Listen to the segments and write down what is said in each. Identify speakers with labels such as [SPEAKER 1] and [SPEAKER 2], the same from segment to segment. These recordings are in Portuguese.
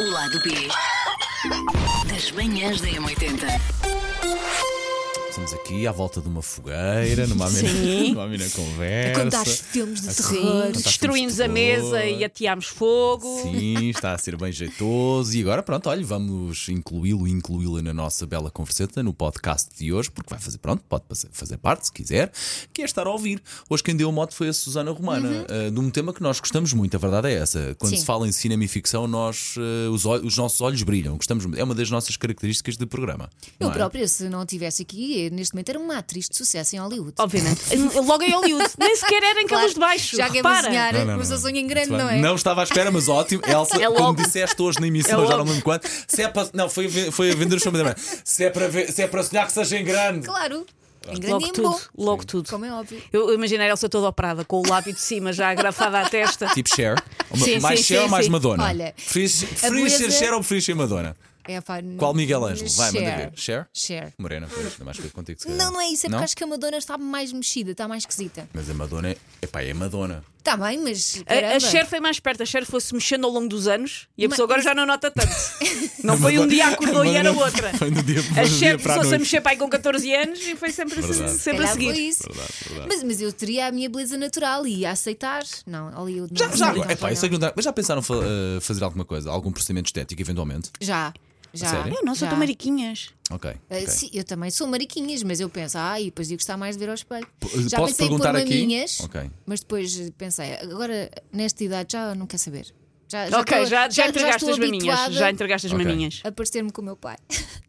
[SPEAKER 1] O lado B das manhãs da M80.
[SPEAKER 2] Estamos aqui à volta de uma fogueira, numa amena,
[SPEAKER 3] Sim.
[SPEAKER 2] numa amena conversa. Assim,
[SPEAKER 3] Contar filmes de terror.
[SPEAKER 2] Sim.
[SPEAKER 4] Destruímos a mesa e ateámos fogo.
[SPEAKER 2] Sim, está a ser bem jeitoso. E agora, pronto, olha, vamos incluí-lo e incluí-la na nossa bela converseta no podcast de hoje, porque vai fazer, pronto, pode passar- fazer parte se quiser, que é estar a ouvir. Hoje quem deu o mote foi a Susana Romana, eh, de um tema que nós gostamos muito, a verdade é essa. Quando
[SPEAKER 3] Uhum. Sim.
[SPEAKER 2] se fala em cinema e ficção, nós, eh, os, ol- os nossos olhos brilham, gostamos muito. É uma das nossas características de programa.
[SPEAKER 3] Eu
[SPEAKER 2] não é?
[SPEAKER 3] própria, se não estivesse aqui, eh, neste momento era uma atriz de sucesso em Hollywood.
[SPEAKER 4] Obviamente. Logo em Hollywood. Nem sequer era em Calas de Baixo.
[SPEAKER 3] Já que é para
[SPEAKER 4] Repara.
[SPEAKER 3] sonhar,
[SPEAKER 2] não,
[SPEAKER 3] mas
[SPEAKER 2] não.
[SPEAKER 3] eu sonho em grande,
[SPEAKER 2] Muito
[SPEAKER 3] não
[SPEAKER 2] bem.
[SPEAKER 3] é?
[SPEAKER 2] Não estava à espera, mas ótimo. Elsa,
[SPEAKER 4] É
[SPEAKER 2] como
[SPEAKER 4] logo.
[SPEAKER 2] disseste hoje na emissão,
[SPEAKER 4] É
[SPEAKER 2] já não
[SPEAKER 4] logo.
[SPEAKER 2] me lembro quanto. Se é para, não, foi, a ve- foi a vender o show se, é para ver- se é para sonhar que seja em grande.
[SPEAKER 3] Claro, em grande
[SPEAKER 4] Logo
[SPEAKER 3] e em bom.
[SPEAKER 4] tudo. Logo tudo.
[SPEAKER 3] Como é óbvio.
[SPEAKER 4] Eu imaginei a Elsa toda operada, com o lábio de cima já agrafado à testa.
[SPEAKER 2] Tipo Cher.
[SPEAKER 4] Sim,
[SPEAKER 2] mais
[SPEAKER 4] sim,
[SPEAKER 2] Cher
[SPEAKER 4] sim,
[SPEAKER 2] ou mais
[SPEAKER 4] sim.
[SPEAKER 2] Madonna?
[SPEAKER 3] Olha,
[SPEAKER 2] Preferias- preferias ser
[SPEAKER 3] beleza-
[SPEAKER 2] Cher ou preferias ser Madonna?
[SPEAKER 3] É, pá,
[SPEAKER 2] Qual Miguel Ângelo? Vai, manda
[SPEAKER 3] Cher.
[SPEAKER 2] ver. Cher?
[SPEAKER 3] Cher.
[SPEAKER 2] Morena, pois, ainda mais que contigo. se calhar.
[SPEAKER 3] Não, não é isso, é porque acho que a Madonna está mais mexida, está mais esquisita.
[SPEAKER 2] Mas a Madonna é. Epá, é Madonna.
[SPEAKER 3] Está bem, mas.
[SPEAKER 4] A,
[SPEAKER 3] caramba.
[SPEAKER 4] a Cher foi mais perto. A Cher foi-se mexendo ao longo dos anos e a
[SPEAKER 3] Mas-
[SPEAKER 4] pessoa agora já não nota tanto. Não foi um dia acordou e era
[SPEAKER 2] Madonna
[SPEAKER 4] outra.
[SPEAKER 2] Foi no dia,
[SPEAKER 4] A
[SPEAKER 2] do dia
[SPEAKER 4] Cher
[SPEAKER 2] para a
[SPEAKER 4] começou-se a
[SPEAKER 2] noite.
[SPEAKER 4] mexer pai com 14 anos e foi sempre, a,
[SPEAKER 2] Verdade.
[SPEAKER 4] sempre a
[SPEAKER 3] Calhar foi
[SPEAKER 4] seguir.
[SPEAKER 3] isso.
[SPEAKER 2] Verdade, verdade.
[SPEAKER 3] Mas, mas eu teria a minha beleza natural e ia aceitar. Não, Hollywood não.
[SPEAKER 2] Já, já,
[SPEAKER 3] não,
[SPEAKER 2] agora-
[SPEAKER 3] não,
[SPEAKER 2] epá, é eu sei que não dá- mas já pensaram fa- eh, fazer alguma coisa? Algum procedimento estético, eventualmente?
[SPEAKER 3] Já, já.
[SPEAKER 2] sério?
[SPEAKER 4] Eu não sou
[SPEAKER 3] já.
[SPEAKER 4] tão mariquinhas.
[SPEAKER 2] Ok.
[SPEAKER 3] Ah,
[SPEAKER 2] ok.
[SPEAKER 3] Sim, eu também sou mariquinhas, mas eu penso, ai, depois ia gostar mais de ver ao espelho.
[SPEAKER 2] P-
[SPEAKER 3] já
[SPEAKER 2] posso
[SPEAKER 3] pensei
[SPEAKER 2] perguntar
[SPEAKER 3] em pôr
[SPEAKER 2] aqui?
[SPEAKER 3] maminhas,
[SPEAKER 2] Ok.
[SPEAKER 3] mas depois pensei, agora nesta idade já não quer saber. Já, já
[SPEAKER 4] ok,
[SPEAKER 3] estou-
[SPEAKER 4] já, já, entregaste
[SPEAKER 3] estou
[SPEAKER 4] as maminhas.
[SPEAKER 3] habituada
[SPEAKER 4] Já entregaste as
[SPEAKER 2] Ok.
[SPEAKER 4] maminhas.
[SPEAKER 3] A parecer-me com o meu pai.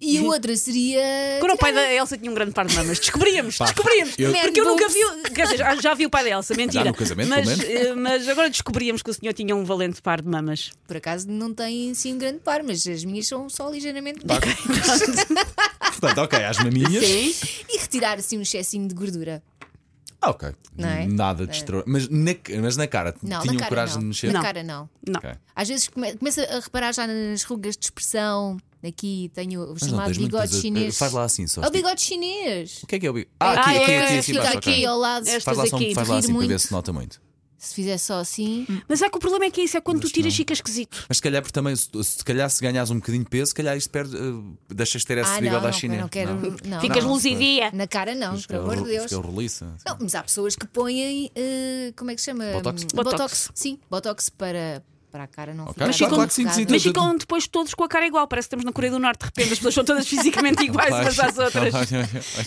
[SPEAKER 3] e a outra seria.
[SPEAKER 4] Quando o pai da Elsa tinha um grande par de mamas, descobríamos, descobríamos.
[SPEAKER 2] eu-
[SPEAKER 4] Porque eu
[SPEAKER 3] Man
[SPEAKER 4] nunca
[SPEAKER 3] boobs.
[SPEAKER 4] vi. Quer dizer, já, já vi o pai da Elsa, mentira.
[SPEAKER 2] no casamento, pelo
[SPEAKER 4] mas,
[SPEAKER 2] menos.
[SPEAKER 4] eh, mas agora descobríamos que o senhor tinha um valente par de mamas.
[SPEAKER 3] Por acaso não tem assim um grande par, mas as minhas são só ligeiramente.
[SPEAKER 2] Portanto, ok, às maminhas.
[SPEAKER 3] e retirar assim um excessinho de gordura.
[SPEAKER 2] Ah, ok.
[SPEAKER 3] Não é?
[SPEAKER 2] Nada de extraordinário. Mas na, mas na cara,
[SPEAKER 3] Não,
[SPEAKER 2] tinham
[SPEAKER 3] na cara
[SPEAKER 2] um coragem
[SPEAKER 3] não.
[SPEAKER 2] de mexer?
[SPEAKER 3] Na
[SPEAKER 4] Não.
[SPEAKER 3] cara não.
[SPEAKER 4] Não.
[SPEAKER 2] Ok.
[SPEAKER 3] Às vezes come- começo a reparar já nas rugas de expressão. Aqui tenho o
[SPEAKER 2] Mas não
[SPEAKER 3] chamado
[SPEAKER 2] tens muito
[SPEAKER 3] bigode
[SPEAKER 2] coisa-
[SPEAKER 3] chinês.
[SPEAKER 2] Faz lá assim só.
[SPEAKER 3] É o bigode chinês.
[SPEAKER 2] O que é que é o bigode? Ah, aqui,
[SPEAKER 4] Ah,
[SPEAKER 2] aqui,
[SPEAKER 4] é,
[SPEAKER 2] aqui,
[SPEAKER 4] é,
[SPEAKER 2] assim
[SPEAKER 4] fica
[SPEAKER 2] embaixo,
[SPEAKER 3] aqui
[SPEAKER 2] ok.
[SPEAKER 3] ao lado.
[SPEAKER 4] Estas
[SPEAKER 2] Faz lá, só,
[SPEAKER 4] aqui, tipo,
[SPEAKER 2] faz
[SPEAKER 3] de
[SPEAKER 2] lá
[SPEAKER 3] rir
[SPEAKER 2] assim para ver
[SPEAKER 3] muito.
[SPEAKER 2] se nota muito.
[SPEAKER 3] Se fizer só assim.
[SPEAKER 4] Mas é que o problema é que isso é quando tu tiras fica esquisito.
[SPEAKER 2] Mas se calhar, porque também, se, se calhar, se ganhares um bocadinho de peso, se calhar isto perde. eh, deixas de ter esse
[SPEAKER 3] ah, não,
[SPEAKER 2] bigode à
[SPEAKER 3] não,
[SPEAKER 2] chinesa.
[SPEAKER 3] não quero. Não.
[SPEAKER 2] Ah,
[SPEAKER 4] Ficas
[SPEAKER 3] não.
[SPEAKER 4] luzidia.
[SPEAKER 3] Na cara não,
[SPEAKER 2] Fica
[SPEAKER 3] pelo amor de
[SPEAKER 2] ro-
[SPEAKER 3] Deus.
[SPEAKER 2] Fica roliça. assim.
[SPEAKER 3] Não, mas há pessoas que põem. eh, como é que se chama?
[SPEAKER 2] Botox?
[SPEAKER 3] Hum,
[SPEAKER 4] Botox.
[SPEAKER 3] Sim, botox para, para a cara não
[SPEAKER 2] Ok,
[SPEAKER 3] ficar.
[SPEAKER 2] Mas
[SPEAKER 4] ficam-
[SPEAKER 2] claro que sim, sim,
[SPEAKER 4] Mas
[SPEAKER 2] tu-
[SPEAKER 4] ficam depois todos com a cara igual. Parece que estamos na Coreia do Norte de repente. As pessoas são todas fisicamente iguais umas às outras.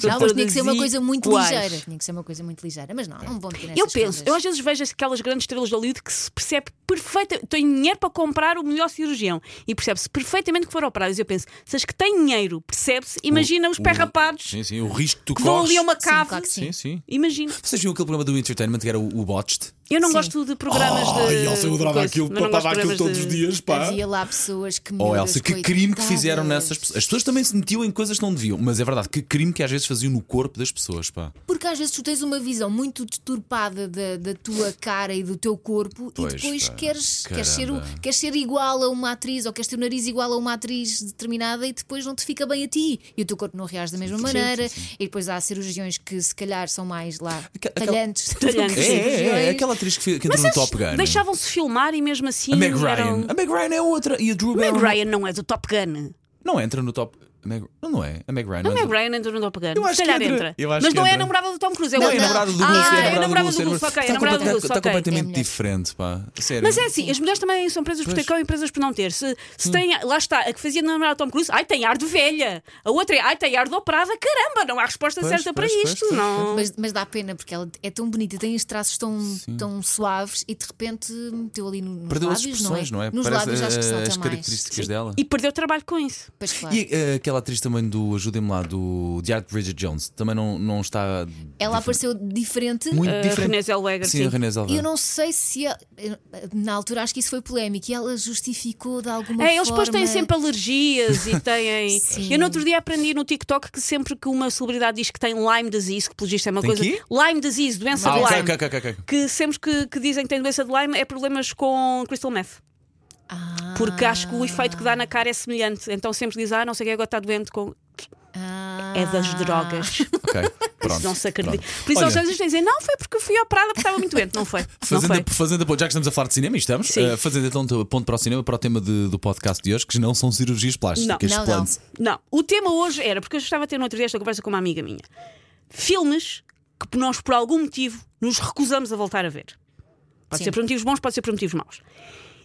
[SPEAKER 3] Não, mas tinha que ser uma
[SPEAKER 4] todas
[SPEAKER 3] coisa muito
[SPEAKER 4] iguais.
[SPEAKER 3] ligeira. Tinha que ser uma coisa muito ligeira. Mas não, não vão ter
[SPEAKER 4] Eu
[SPEAKER 3] nessas
[SPEAKER 4] penso,
[SPEAKER 3] coisas.
[SPEAKER 4] eu às vezes vejo aquelas grandes estrelas de Hollywood que se percebe perfeitamente. Tem dinheiro para comprar o melhor cirurgião e percebe-se perfeitamente que foram operadas. Eu penso, se as que têm dinheiro, percebe-se, imagina os pés rapados
[SPEAKER 2] Sim, sim, o risco que tu
[SPEAKER 4] que vão ali
[SPEAKER 2] corres.
[SPEAKER 4] a uma
[SPEAKER 3] Sim,
[SPEAKER 4] cave.
[SPEAKER 3] claro que sim.
[SPEAKER 2] Sim, sim.
[SPEAKER 4] Imagina.
[SPEAKER 2] Vocês viram aquele programa do Entertainment que era o, o Botched?
[SPEAKER 4] Eu não
[SPEAKER 3] Sim.
[SPEAKER 4] gosto de programas de.
[SPEAKER 2] Oh, Ai, Elsa, eu adorava
[SPEAKER 4] coisa,
[SPEAKER 2] aquilo,
[SPEAKER 4] mas não gosto
[SPEAKER 2] papava aquilo
[SPEAKER 4] de
[SPEAKER 2] todos os
[SPEAKER 4] programas de-
[SPEAKER 2] dias, pá.
[SPEAKER 3] Havia lá pessoas que me.
[SPEAKER 2] Oh, Elsa, que crime que fizeram nessas pessoas. As pessoas também se metiam em coisas que não deviam, mas é verdade, que crime que às vezes faziam no corpo das pessoas, pá.
[SPEAKER 3] Porque às vezes tu tens uma visão muito deturpada da, da tua cara e do teu corpo
[SPEAKER 2] Pois,
[SPEAKER 3] e depois
[SPEAKER 2] pá.
[SPEAKER 3] queres, queres, ser o-
[SPEAKER 2] Caramba.
[SPEAKER 3] queres ser igual a uma atriz ou queres ter o nariz igual a uma atriz determinada e depois não te fica bem a ti e o teu corpo não reage da mesma maneira. E depois há cirurgiões que se calhar são mais lá
[SPEAKER 2] Aquela- aquela-
[SPEAKER 3] talhantes.
[SPEAKER 4] Talhantes.
[SPEAKER 2] É, é, é, é aquela atriz que, fi- que entrou no um Top Gun.
[SPEAKER 4] Deixavam-se filmar e mesmo assim.
[SPEAKER 2] A Meg
[SPEAKER 4] eram-
[SPEAKER 2] Ryan. A Meg Ryan é outra. E a Drew
[SPEAKER 4] Meg
[SPEAKER 2] Barrymore.
[SPEAKER 4] Ryan não é do Top Gun.
[SPEAKER 2] Não entra no Top. a Meg- Não, não é. A Meg Ryan.
[SPEAKER 4] A
[SPEAKER 2] não
[SPEAKER 4] Meg
[SPEAKER 2] entra.
[SPEAKER 4] Ryan entra no Top Gun.
[SPEAKER 2] Eu acho
[SPEAKER 4] Se calhar
[SPEAKER 2] que entra.
[SPEAKER 4] entra.
[SPEAKER 2] Eu acho
[SPEAKER 4] Mas
[SPEAKER 2] que
[SPEAKER 4] não é a
[SPEAKER 2] entra.
[SPEAKER 4] namorada do Tom Cruise.
[SPEAKER 2] Não, é
[SPEAKER 4] outra.
[SPEAKER 2] namorado do Gus.
[SPEAKER 4] Ah,
[SPEAKER 2] é
[SPEAKER 4] é
[SPEAKER 2] namorado
[SPEAKER 4] namorada
[SPEAKER 2] do
[SPEAKER 4] do Gus. Ok, é
[SPEAKER 2] Está
[SPEAKER 4] namorado do
[SPEAKER 2] completamente,
[SPEAKER 4] Gus.
[SPEAKER 2] está
[SPEAKER 4] ok.
[SPEAKER 2] completamente
[SPEAKER 3] É melhor.
[SPEAKER 2] diferente, pá. Sério.
[SPEAKER 4] Mas é assim, as mulheres também são presas por ter cão e presas por não ter. Se, se
[SPEAKER 2] Hum.
[SPEAKER 4] tem, lá está, a que fazia namorar o Tom Cruise, ai, tem ar de velha. A outra é, ai, tem ar de operada. Caramba, não há resposta
[SPEAKER 2] Pois,
[SPEAKER 4] certa
[SPEAKER 2] pois,
[SPEAKER 4] para
[SPEAKER 2] pois,
[SPEAKER 4] isto.
[SPEAKER 2] pois,
[SPEAKER 4] não.
[SPEAKER 3] Mas, mas dá pena porque ela é tão bonita, tem os traços tão, tão suaves e de repente meteu ali no- nos
[SPEAKER 2] Perdeu as
[SPEAKER 3] lábios, não é?
[SPEAKER 2] expressões, não é?
[SPEAKER 3] Nos
[SPEAKER 2] Parece
[SPEAKER 3] lábios acho que são
[SPEAKER 2] eh, as
[SPEAKER 3] até mais.
[SPEAKER 2] características dela.
[SPEAKER 4] E perdeu trabalho com isso.
[SPEAKER 3] Pois claro.
[SPEAKER 2] E eh, aquela atriz também do. Ajudem-me lá, do Diário de Bridget Jones. Também não, não está.
[SPEAKER 3] Ela
[SPEAKER 2] difer-
[SPEAKER 3] apareceu diferente. eh,
[SPEAKER 2] Muito
[SPEAKER 4] A
[SPEAKER 2] é diferente.
[SPEAKER 4] René Zellweger,
[SPEAKER 2] Sim, a
[SPEAKER 4] sim.
[SPEAKER 2] René Zellweger.
[SPEAKER 3] E eu não sei se ela- eu- na altura acho que isso foi polémico e ela justificou de alguma
[SPEAKER 4] É,
[SPEAKER 3] forma.
[SPEAKER 4] eles depois têm sempre alergias e têm.
[SPEAKER 3] Sim.
[SPEAKER 4] Eu no outro dia aprendi no TikTok que sempre que uma celebridade diz que tem Lyme disease, que pelo visto é uma
[SPEAKER 2] Tem
[SPEAKER 4] coisa.
[SPEAKER 2] quê?
[SPEAKER 4] Lyme disease, doença
[SPEAKER 2] Ah,
[SPEAKER 4] de
[SPEAKER 2] ok,
[SPEAKER 4] Lyme.
[SPEAKER 2] ok, ok, ok.
[SPEAKER 4] Que sempre que, que dizem que tem doença de Lyme é problemas com crystal meth.
[SPEAKER 3] Ah.
[SPEAKER 4] "Ah, Porque acho que o efeito que dá na cara é semelhante. Então sempre diz, ah, não sei quem agora está doente com.
[SPEAKER 3] Ah.
[SPEAKER 4] É das drogas.
[SPEAKER 2] Ok, pronto.
[SPEAKER 4] não se acredita.
[SPEAKER 2] pronto.
[SPEAKER 4] Por isso, aos
[SPEAKER 2] Olha,
[SPEAKER 4] vezes dizem, não, foi porque fui operada porque estava muito doente. Não foi. Não
[SPEAKER 2] Fazendo,
[SPEAKER 4] foi.
[SPEAKER 2] a- fazendo a ponto, já que estamos a falar de cinema, e estamos
[SPEAKER 4] Sim.
[SPEAKER 2] eh, fazendo então t- ponto para o cinema para o tema de- do podcast de hoje, que não são cirurgias plásticas.
[SPEAKER 4] Não.
[SPEAKER 2] este
[SPEAKER 3] Não,
[SPEAKER 2] plano.
[SPEAKER 3] não.
[SPEAKER 4] Não, o tema hoje era, porque eu estava a ter no outro dia esta conversa com uma amiga minha. Filmes que nós, por algum motivo, nos recusamos a voltar a ver. Pode
[SPEAKER 3] Sim.
[SPEAKER 4] ser por motivos bons, pode ser por motivos maus.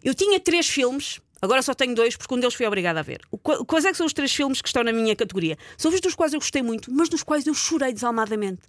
[SPEAKER 4] Eu tinha três filmes, agora só tenho dois, porque um deles fui obrigada a ver. O qua- Quais é que são os três filmes que estão na minha categoria? São os dos quais eu gostei muito, mas dos quais eu chorei desalmadamente.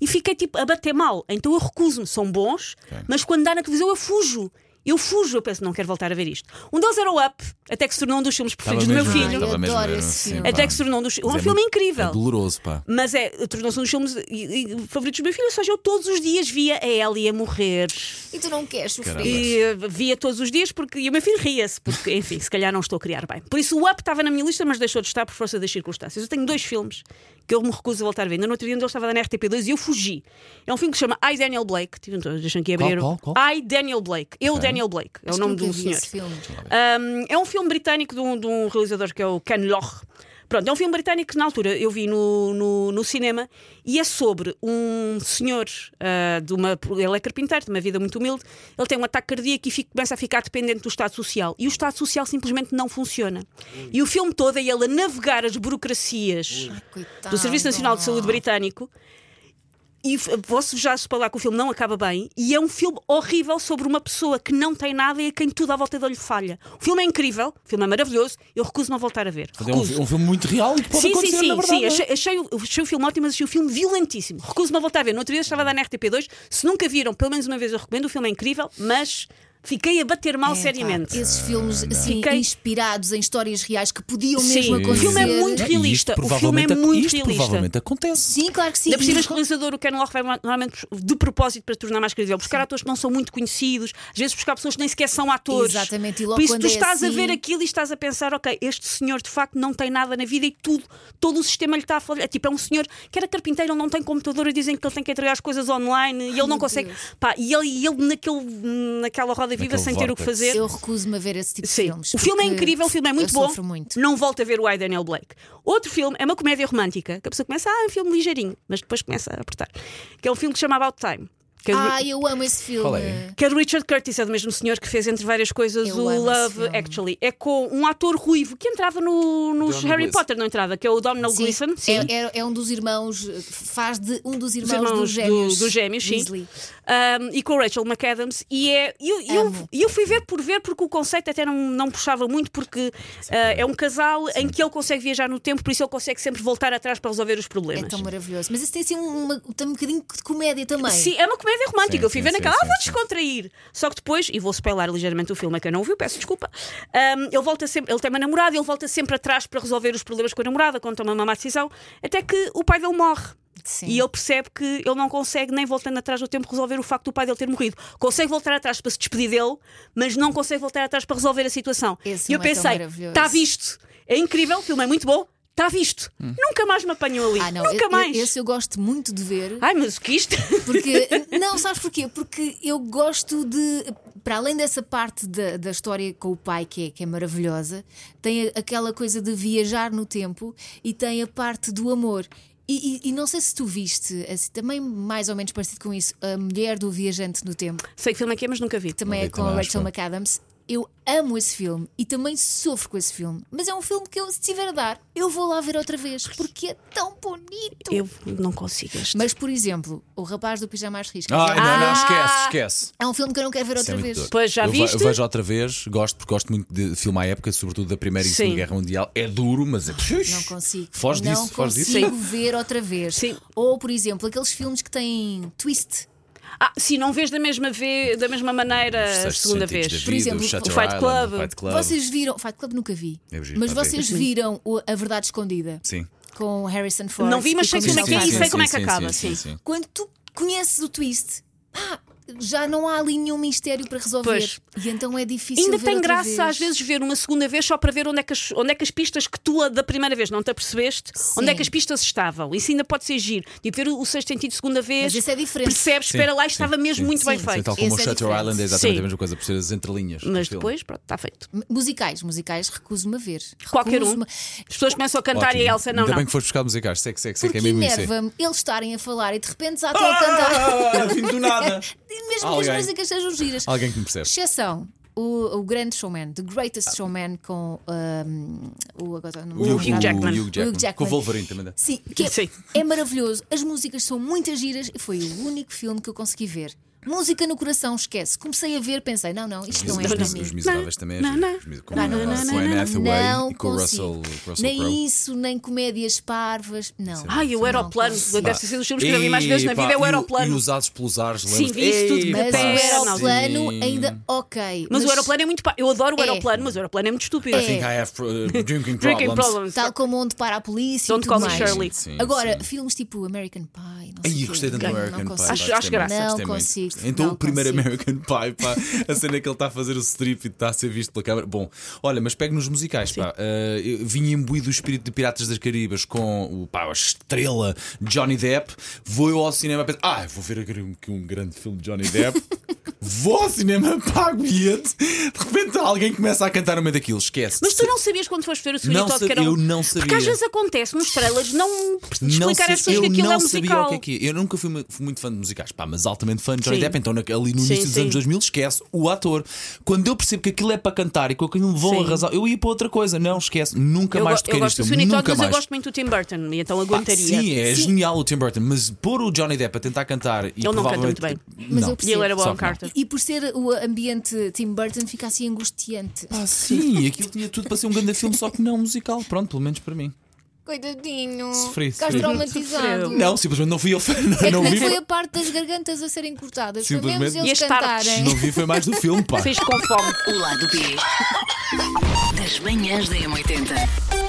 [SPEAKER 4] E fiquei tipo a bater mal. Então eu recuso-me, são bons, mas quando dá na televisão eu fujo. Eu fujo, eu penso, não quero voltar a ver isto. Um deles era o Up, até que se tornou um dos filmes
[SPEAKER 2] Estava
[SPEAKER 4] preferidos do meu
[SPEAKER 2] mesmo-
[SPEAKER 4] filho.
[SPEAKER 2] estava mesmo a
[SPEAKER 3] adoro
[SPEAKER 2] ver,
[SPEAKER 3] esse
[SPEAKER 2] sim,
[SPEAKER 3] filme.
[SPEAKER 2] pá.
[SPEAKER 4] Até que se tornou um dos. É um
[SPEAKER 2] Mas é
[SPEAKER 4] filme
[SPEAKER 2] muito-
[SPEAKER 4] incrível.
[SPEAKER 2] É doloroso, pá.
[SPEAKER 4] Mas é, tornou-se um dos filmes e- e favoritos do meu filho, ou seja, eu todos os dias via a Ellie a morrer.
[SPEAKER 3] E tu não queres sofrer.
[SPEAKER 2] Caramba.
[SPEAKER 4] E eh, via todos os dias porque. E o meu filho ria-se, porque, enfim, se calhar não estou a criar bem. Por isso o Up estava na minha lista, mas deixou de estar por força das circunstâncias. Eu tenho dois filmes que eu me recuso a voltar a ver. Ainda no outro dia, onde ele estava a dar na RTP2 e eu fugi. É um filme que se chama I Daniel Blake. Tive- então, Deixa-me aqui abrir.
[SPEAKER 2] Qual,
[SPEAKER 4] o-
[SPEAKER 2] qual,
[SPEAKER 4] I Daniel Blake. Eu, Daniel Blake. É o
[SPEAKER 3] Acho que
[SPEAKER 4] nome
[SPEAKER 3] nunca
[SPEAKER 4] do
[SPEAKER 3] vi
[SPEAKER 4] senhor.
[SPEAKER 3] esse filme.
[SPEAKER 4] Um, é um filme britânico de um, de um realizador que é o Ken Loach. Pronto, é um filme britânico que na altura eu vi no, no, no cinema e é sobre um senhor ah, de uma. Ele é carpinteiro, de uma vida muito humilde. Ele tem um ataque cardíaco e fica- começa a ficar dependente do Estado Social. E o Estado Social simplesmente não funciona. E o filme todo é ele a navegar as burocracias
[SPEAKER 3] Coitado.
[SPEAKER 4] do Serviço Nacional de Saúde Britânico. E f- posso já falar que o filme não acaba bem. E é um filme horrível sobre uma pessoa que não tem nada e a quem tudo à volta dele falha. O filme é incrível, o filme é maravilhoso. Eu recuso-me a voltar a ver.
[SPEAKER 2] É um,
[SPEAKER 4] Recuso.
[SPEAKER 2] um filme muito real e que pode
[SPEAKER 4] Sim, sim,
[SPEAKER 2] acontecer, na
[SPEAKER 4] sim,
[SPEAKER 2] verdade.
[SPEAKER 4] sim.
[SPEAKER 2] não é?
[SPEAKER 4] Achei, achei o, achei o filme ótimo, mas achei o filme violentíssimo. Recuso-me a voltar a ver. No outro dia estava a dar na RTP2. Se nunca viram, pelo menos uma vez eu recomendo. O filme é incrível, mas fiquei a bater mal
[SPEAKER 3] É, pá,
[SPEAKER 4] Oh, seriamente.
[SPEAKER 3] Esses filmes assim,
[SPEAKER 4] Fiquei-
[SPEAKER 3] inspirados em histórias reais que podiam
[SPEAKER 4] Sim,
[SPEAKER 3] mesmo
[SPEAKER 4] o
[SPEAKER 3] acontecer.
[SPEAKER 4] filme é muito
[SPEAKER 2] E isto
[SPEAKER 4] realista. O filme é
[SPEAKER 2] provavelmente-
[SPEAKER 4] muito
[SPEAKER 2] isto
[SPEAKER 4] realista.
[SPEAKER 2] provavelmente acontece.
[SPEAKER 3] Sim, claro que sim.
[SPEAKER 4] Da por cima, este realizador, o Ken Loach vai normalmente de propósito para tornar mais credível. Buscar atores que não são muito conhecidos, às vezes buscar pessoas que nem sequer são atores.
[SPEAKER 3] Exatamente, e logo
[SPEAKER 4] Por isso,
[SPEAKER 3] quando
[SPEAKER 4] tu
[SPEAKER 3] é
[SPEAKER 4] estás a
[SPEAKER 3] assim-
[SPEAKER 4] ver aquilo e estás a pensar, ok, este senhor de facto não tem nada na vida e tudo, todo o sistema lhe está a falhar. Tipo, é um senhor que era carpinteiro, ele não tem computador e dizem que ele tem que entregar as coisas online e ele não consegue. Pá, e ele, e ele naquele, naquela roda viva
[SPEAKER 2] Naquele
[SPEAKER 4] sem ter o que
[SPEAKER 2] vórtice.
[SPEAKER 4] fazer.
[SPEAKER 3] Eu recuso-me a ver esse tipo
[SPEAKER 4] Sim.
[SPEAKER 3] de filmes.
[SPEAKER 4] O filme é
[SPEAKER 3] porque
[SPEAKER 4] incrível, o filme é muito
[SPEAKER 3] eu
[SPEAKER 4] bom.
[SPEAKER 3] Sofro muito.
[SPEAKER 4] Não volta a ver o I Daniel Blake. Outro filme é uma comédia romântica, que a pessoa começa, ah, é um filme ligeirinho, mas depois começa a apertar. Que é um filme que se chama About Time. Que é, do-
[SPEAKER 3] Ah, eu amo esse filme.
[SPEAKER 2] Qual é?
[SPEAKER 4] que é do Richard Curtis, é do mesmo senhor que fez, entre várias coisas,
[SPEAKER 3] Eu
[SPEAKER 4] o
[SPEAKER 3] amo esse
[SPEAKER 4] Love
[SPEAKER 3] filme.
[SPEAKER 4] Actually. É com um ator ruivo que entrava no, nos
[SPEAKER 2] Donald
[SPEAKER 4] Harry
[SPEAKER 2] Gleeson.
[SPEAKER 4] Potter, não entrava, que é o Donald
[SPEAKER 3] Sim,
[SPEAKER 4] Gleeson.
[SPEAKER 3] É, é- é um dos irmãos, faz de um dos
[SPEAKER 4] Os
[SPEAKER 3] irmãos,
[SPEAKER 4] irmãos
[SPEAKER 3] dos gêmeos.
[SPEAKER 4] do, dos gêmeos, sim.
[SPEAKER 3] Weasley.
[SPEAKER 4] Um, e com a Rachel McAdams. E é, e eu, e eu,
[SPEAKER 3] Amo.
[SPEAKER 4] e eu fui ver por ver, porque o conceito até não, não puxava muito, porque ah, é um casal em que ele consegue viajar no tempo, por isso ele consegue sempre voltar atrás para resolver os
[SPEAKER 3] É
[SPEAKER 4] problemas.
[SPEAKER 3] tão maravilhoso. Mas esse tem assim uma, tem um bocadinho de comédia também.
[SPEAKER 4] Sim, é uma comédia romântica.
[SPEAKER 2] Sim,
[SPEAKER 4] eu fui
[SPEAKER 2] sim,
[SPEAKER 4] ver
[SPEAKER 2] sim,
[SPEAKER 4] naquela,
[SPEAKER 2] sim,
[SPEAKER 4] ah, vou
[SPEAKER 2] sim.
[SPEAKER 4] descontrair. Só que depois, e vou spoiler ligeiramente o filme a quem não ouviu, peço desculpa. um, ele volta sempre, ele tem uma namorada, ele volta sempre atrás para resolver os problemas com a namorada, quando toma uma má decisão, até que o pai dele morre.
[SPEAKER 3] Sim.
[SPEAKER 4] E ele percebe que ele não consegue, nem voltando atrás no tempo, resolver o facto do pai dele ter morrido. Consegue voltar atrás para se despedir dele, mas não consegue voltar atrás para resolver a situação.
[SPEAKER 3] Esse
[SPEAKER 4] e eu
[SPEAKER 3] filme é tão
[SPEAKER 4] pensei,
[SPEAKER 3] maravilhoso.
[SPEAKER 4] está visto. É incrível, o filme é muito bom, está visto.
[SPEAKER 2] Hum.
[SPEAKER 4] Nunca mais me apanhou ali.
[SPEAKER 3] Ah, não,
[SPEAKER 4] Nunca
[SPEAKER 3] eu- eu-
[SPEAKER 4] mais. Ah.
[SPEAKER 3] Esse eu gosto muito de ver.
[SPEAKER 4] Ai, mas o que isto?
[SPEAKER 3] Porque, não, sabes porquê? Porque eu gosto de. Para além dessa parte da, da história com o pai, que é, que é maravilhosa, tem a- aquela coisa de viajar no tempo e tem a parte do amor. E, e- e não sei se tu viste, assim, também mais ou menos parecido com isso, A Mulher do Viajante no Tempo,
[SPEAKER 4] Sei que filme é que é, mas nunca vi.
[SPEAKER 3] também
[SPEAKER 2] Não
[SPEAKER 3] é
[SPEAKER 2] vi
[SPEAKER 3] com
[SPEAKER 2] também,
[SPEAKER 3] a
[SPEAKER 2] acho
[SPEAKER 3] Rachel
[SPEAKER 2] que-
[SPEAKER 3] McAdams. Eu amo esse filme e também sofro com esse filme. Mas é um filme que, eu, se tiver a dar, eu vou lá ver outra vez, porque é tão bonito.
[SPEAKER 4] Eu não consigo este.
[SPEAKER 3] Mas, por exemplo, O Rapaz do Pijama às Riscas.
[SPEAKER 2] Ai, não, não,
[SPEAKER 4] Ah!
[SPEAKER 2] esquece, esquece.
[SPEAKER 3] É um filme que eu não quero ver
[SPEAKER 2] Isso é
[SPEAKER 3] outra
[SPEAKER 2] muito
[SPEAKER 3] vez.
[SPEAKER 2] duro.
[SPEAKER 4] Pois, já
[SPEAKER 2] eu ve-
[SPEAKER 4] viste?
[SPEAKER 2] vejo outra vez, gosto, porque gosto muito de filme à época, sobretudo da Primeira e
[SPEAKER 4] Sim.
[SPEAKER 2] Segunda Guerra Mundial. É duro, mas é.
[SPEAKER 3] Não consigo.
[SPEAKER 2] Foge
[SPEAKER 3] não
[SPEAKER 2] disso, foge disso.
[SPEAKER 3] consigo ver outra vez.
[SPEAKER 4] Sim.
[SPEAKER 3] Ou, por exemplo, aqueles filmes que têm twist.
[SPEAKER 4] Ah, sim, não vês da mesma, ve... da mesma maneira a
[SPEAKER 2] Sexto
[SPEAKER 4] segunda
[SPEAKER 2] Sentido
[SPEAKER 4] vez.
[SPEAKER 2] da
[SPEAKER 3] Por
[SPEAKER 2] Vida,
[SPEAKER 3] exemplo,
[SPEAKER 2] o Shutter
[SPEAKER 4] o Fight
[SPEAKER 2] Island,
[SPEAKER 4] Club.
[SPEAKER 2] o Fight Club.
[SPEAKER 3] Vocês viram. Fight Club nunca vi.
[SPEAKER 2] Eu giro,
[SPEAKER 3] mas
[SPEAKER 2] pá,
[SPEAKER 3] vocês
[SPEAKER 2] sim.
[SPEAKER 3] viram o- A Verdade Escondida
[SPEAKER 2] Sim.
[SPEAKER 3] com Harrison Ford.
[SPEAKER 4] Não vi, mas
[SPEAKER 3] e
[SPEAKER 4] sei
[SPEAKER 3] com
[SPEAKER 4] como é que é
[SPEAKER 3] Michelle
[SPEAKER 4] e sei
[SPEAKER 3] Pfeiffer.
[SPEAKER 4] como é que acaba, sim.
[SPEAKER 3] Quando tu conheces o twist, pá, já não há ali nenhum mistério para resolver.
[SPEAKER 4] Pois.
[SPEAKER 3] E então é difícil.
[SPEAKER 4] Ainda
[SPEAKER 3] ver
[SPEAKER 4] tem
[SPEAKER 3] outra
[SPEAKER 4] graça
[SPEAKER 3] vez.
[SPEAKER 4] às vezes ver uma segunda vez só para ver onde é que as, onde é que as pistas que tu a da primeira vez não te apercebeste,
[SPEAKER 3] Sim.
[SPEAKER 4] onde é que as pistas estavam. Isso ainda pode ser giro. Tipo, ver o, o sexto sentido segunda vez,
[SPEAKER 3] Mas isso é diferente.
[SPEAKER 4] percebes,
[SPEAKER 2] Sim,
[SPEAKER 4] espera lá,
[SPEAKER 2] sim,
[SPEAKER 4] estava mesmo
[SPEAKER 2] sim.
[SPEAKER 4] muito bem
[SPEAKER 3] Sim,
[SPEAKER 2] Sim,
[SPEAKER 4] feito.
[SPEAKER 2] tal como o
[SPEAKER 3] Esse é
[SPEAKER 2] Shutter
[SPEAKER 3] diferente.
[SPEAKER 2] Island é exatamente
[SPEAKER 4] Sim.
[SPEAKER 2] a mesma coisa, perceber as entrelinhas. do
[SPEAKER 4] Mas
[SPEAKER 2] filme.
[SPEAKER 4] depois, pronto, está feito.
[SPEAKER 3] Musicais, musicais, recuso-me a ver.
[SPEAKER 4] Qualquer um.
[SPEAKER 3] Recuso-me-
[SPEAKER 4] As pessoas começam a cantar
[SPEAKER 2] Ótimo.
[SPEAKER 4] e a Elsa não,
[SPEAKER 2] Ainda
[SPEAKER 4] não.
[SPEAKER 2] bem que foste buscar musicais, sei que sei que sei que
[SPEAKER 3] Porque
[SPEAKER 2] é mesmo isso. é.
[SPEAKER 3] enerva-me eles estarem a falar e de repente já estão a cantar.
[SPEAKER 2] Ah, vim do nada.
[SPEAKER 3] E É, mesmo que
[SPEAKER 2] Alguém.
[SPEAKER 3] as músicas sejam giras.
[SPEAKER 2] Alguém que me percebe.
[SPEAKER 3] Exceção. O, o grande showman, The Greatest Showman, com um, o, agora não me
[SPEAKER 4] Hugh
[SPEAKER 3] lembro nada.
[SPEAKER 4] Jackman.
[SPEAKER 2] Hugh Jackman.
[SPEAKER 3] Hugh Jackman.
[SPEAKER 2] Com o Wolverine também. né?
[SPEAKER 3] Sim, que é,
[SPEAKER 4] Sim.
[SPEAKER 3] é maravilhoso. As músicas são muitas giras e foi o único filme que eu consegui ver. Música no coração, esquece. Comecei a ver, pensei, não, não, isto não é
[SPEAKER 2] Os-
[SPEAKER 3] para
[SPEAKER 2] os-
[SPEAKER 3] mim.
[SPEAKER 2] Os miseráveis também é
[SPEAKER 4] Não,
[SPEAKER 2] giro.
[SPEAKER 4] não.
[SPEAKER 2] Os mis- Com
[SPEAKER 3] Pá, não,
[SPEAKER 2] a Anne
[SPEAKER 3] não, não, não,
[SPEAKER 2] Hathaway
[SPEAKER 3] não
[SPEAKER 2] e com o Russell
[SPEAKER 3] consigo.
[SPEAKER 2] Russell Crowe.
[SPEAKER 3] Nem isso, nem comédias parvas. Não.
[SPEAKER 4] Ai, o
[SPEAKER 3] Não
[SPEAKER 4] aeroplano,
[SPEAKER 3] consigo.
[SPEAKER 4] deve ser um dos filmes que eu vi mais vezes na
[SPEAKER 2] Epá,
[SPEAKER 4] vida, é o
[SPEAKER 2] e
[SPEAKER 4] aeroplano.
[SPEAKER 2] E os asos pelos ares,
[SPEAKER 4] Sim,
[SPEAKER 2] lembras-te?
[SPEAKER 4] vi isso tudo,
[SPEAKER 2] Epá,
[SPEAKER 3] Mas o
[SPEAKER 4] Até
[SPEAKER 3] aeroplano
[SPEAKER 2] sim.
[SPEAKER 3] ainda ok.
[SPEAKER 4] Mas, o aeroplano é muito. pa- Eu adoro o
[SPEAKER 3] É.
[SPEAKER 4] aeroplano, mas o aeroplano é muito estúpido.
[SPEAKER 2] I think I have uh, drinking
[SPEAKER 4] Drinking
[SPEAKER 2] problems.
[SPEAKER 4] problems.
[SPEAKER 3] Tal como onde para a polícia
[SPEAKER 4] Don't
[SPEAKER 3] e tudo
[SPEAKER 4] call me
[SPEAKER 3] mais.
[SPEAKER 4] Shirley.
[SPEAKER 2] Sim,
[SPEAKER 3] Agora,
[SPEAKER 2] sim.
[SPEAKER 3] filmes tipo American Pie. Não sei
[SPEAKER 2] Ai,
[SPEAKER 3] quê.
[SPEAKER 2] eu gostei tanto do
[SPEAKER 3] Não, não
[SPEAKER 2] American Pie.
[SPEAKER 3] consigo.
[SPEAKER 2] pá,
[SPEAKER 4] Acho-
[SPEAKER 2] gostei
[SPEAKER 4] acho
[SPEAKER 2] muito,
[SPEAKER 4] graça.
[SPEAKER 2] gostei
[SPEAKER 3] Não
[SPEAKER 2] muito.
[SPEAKER 3] consigo,
[SPEAKER 2] Então
[SPEAKER 3] não
[SPEAKER 2] o primeiro
[SPEAKER 3] consigo.
[SPEAKER 2] American Pie, pá, a cena é que ele está a fazer o strip e está a ser visto pela câmara. Bom, olha, mas pego nos musicais, pá. Eh, eu vim imbuído do espírito de Piratas das Caribas com o, pá, a estrela Johnny Depp. Vou eu ao cinema pensar, ah, vou ver aqui um, aqui um grande filme de Johnny Depp. Vou ao cinema, pago bilhete. De repente alguém começa a cantar no meio daquilo, esquece.
[SPEAKER 4] Mas tu não sabias quando foste ver o segundo
[SPEAKER 2] Não
[SPEAKER 4] todo que
[SPEAKER 2] sa-
[SPEAKER 4] era um-
[SPEAKER 2] eu não
[SPEAKER 4] Porque
[SPEAKER 2] sabia.
[SPEAKER 4] às vezes acontece nos trailers não
[SPEAKER 2] não
[SPEAKER 4] explicar
[SPEAKER 2] sei-
[SPEAKER 4] às pessoas
[SPEAKER 2] eu
[SPEAKER 4] que aquilo
[SPEAKER 2] não
[SPEAKER 4] é um
[SPEAKER 2] sabia
[SPEAKER 4] musical.
[SPEAKER 2] o que é que é. Eu nunca fui, mu- fui muito fã de musicais, pá, mas altamente fã de Johnny
[SPEAKER 4] Sim.
[SPEAKER 2] Depp. Então, na- ali no
[SPEAKER 4] Sim,
[SPEAKER 2] início dos
[SPEAKER 4] sim.
[SPEAKER 2] anos 2000, esquece o ator. Quando eu percebo que aquilo é para cantar e que aquilo me vão
[SPEAKER 4] Sim.
[SPEAKER 2] arrasar, eu ia para outra coisa. Não, esquece. Nunca
[SPEAKER 4] Eu,
[SPEAKER 2] mais
[SPEAKER 4] go- eu
[SPEAKER 2] toquei
[SPEAKER 4] gosto
[SPEAKER 2] neste
[SPEAKER 4] do
[SPEAKER 2] filme.
[SPEAKER 4] Sweeney Todd,
[SPEAKER 2] Nunca
[SPEAKER 4] mas eu
[SPEAKER 2] mais.
[SPEAKER 4] gosto muito do Tim Burton, e então
[SPEAKER 2] Pá,
[SPEAKER 4] aguentaria.
[SPEAKER 2] sim, é
[SPEAKER 3] Sim.
[SPEAKER 2] genial o Tim Burton, mas pôr o Johnny Depp a tentar cantar e
[SPEAKER 4] Ele não canta
[SPEAKER 2] provavelmente.
[SPEAKER 4] muito
[SPEAKER 3] Mas
[SPEAKER 2] não.
[SPEAKER 3] eu
[SPEAKER 4] E ele era
[SPEAKER 3] Só
[SPEAKER 4] Bob
[SPEAKER 2] que não.
[SPEAKER 4] Carter.
[SPEAKER 3] E por ser o ambiente Tim Burton, fica assim angustiante.
[SPEAKER 2] Pá, Ah, sim, aquilo tinha tudo para ser um grande filme, só que não musical. Pronto, pelo menos para mim.
[SPEAKER 3] Coitadinho.
[SPEAKER 2] Sofri,
[SPEAKER 3] Ficaste
[SPEAKER 2] sofri.
[SPEAKER 3] traumatizado.
[SPEAKER 4] Sofreu.
[SPEAKER 2] Não, simplesmente não fui eu.
[SPEAKER 3] É que
[SPEAKER 2] Não
[SPEAKER 3] nem
[SPEAKER 2] vi.
[SPEAKER 3] foi a parte das gargantas a serem cortadas. Foi mesmo
[SPEAKER 2] Simplesmente-
[SPEAKER 4] E as
[SPEAKER 3] eles cantarem.
[SPEAKER 2] Não vi, foi mais do filme, pá.
[SPEAKER 4] Fez com fome.
[SPEAKER 1] O lado B das manhãs da M80.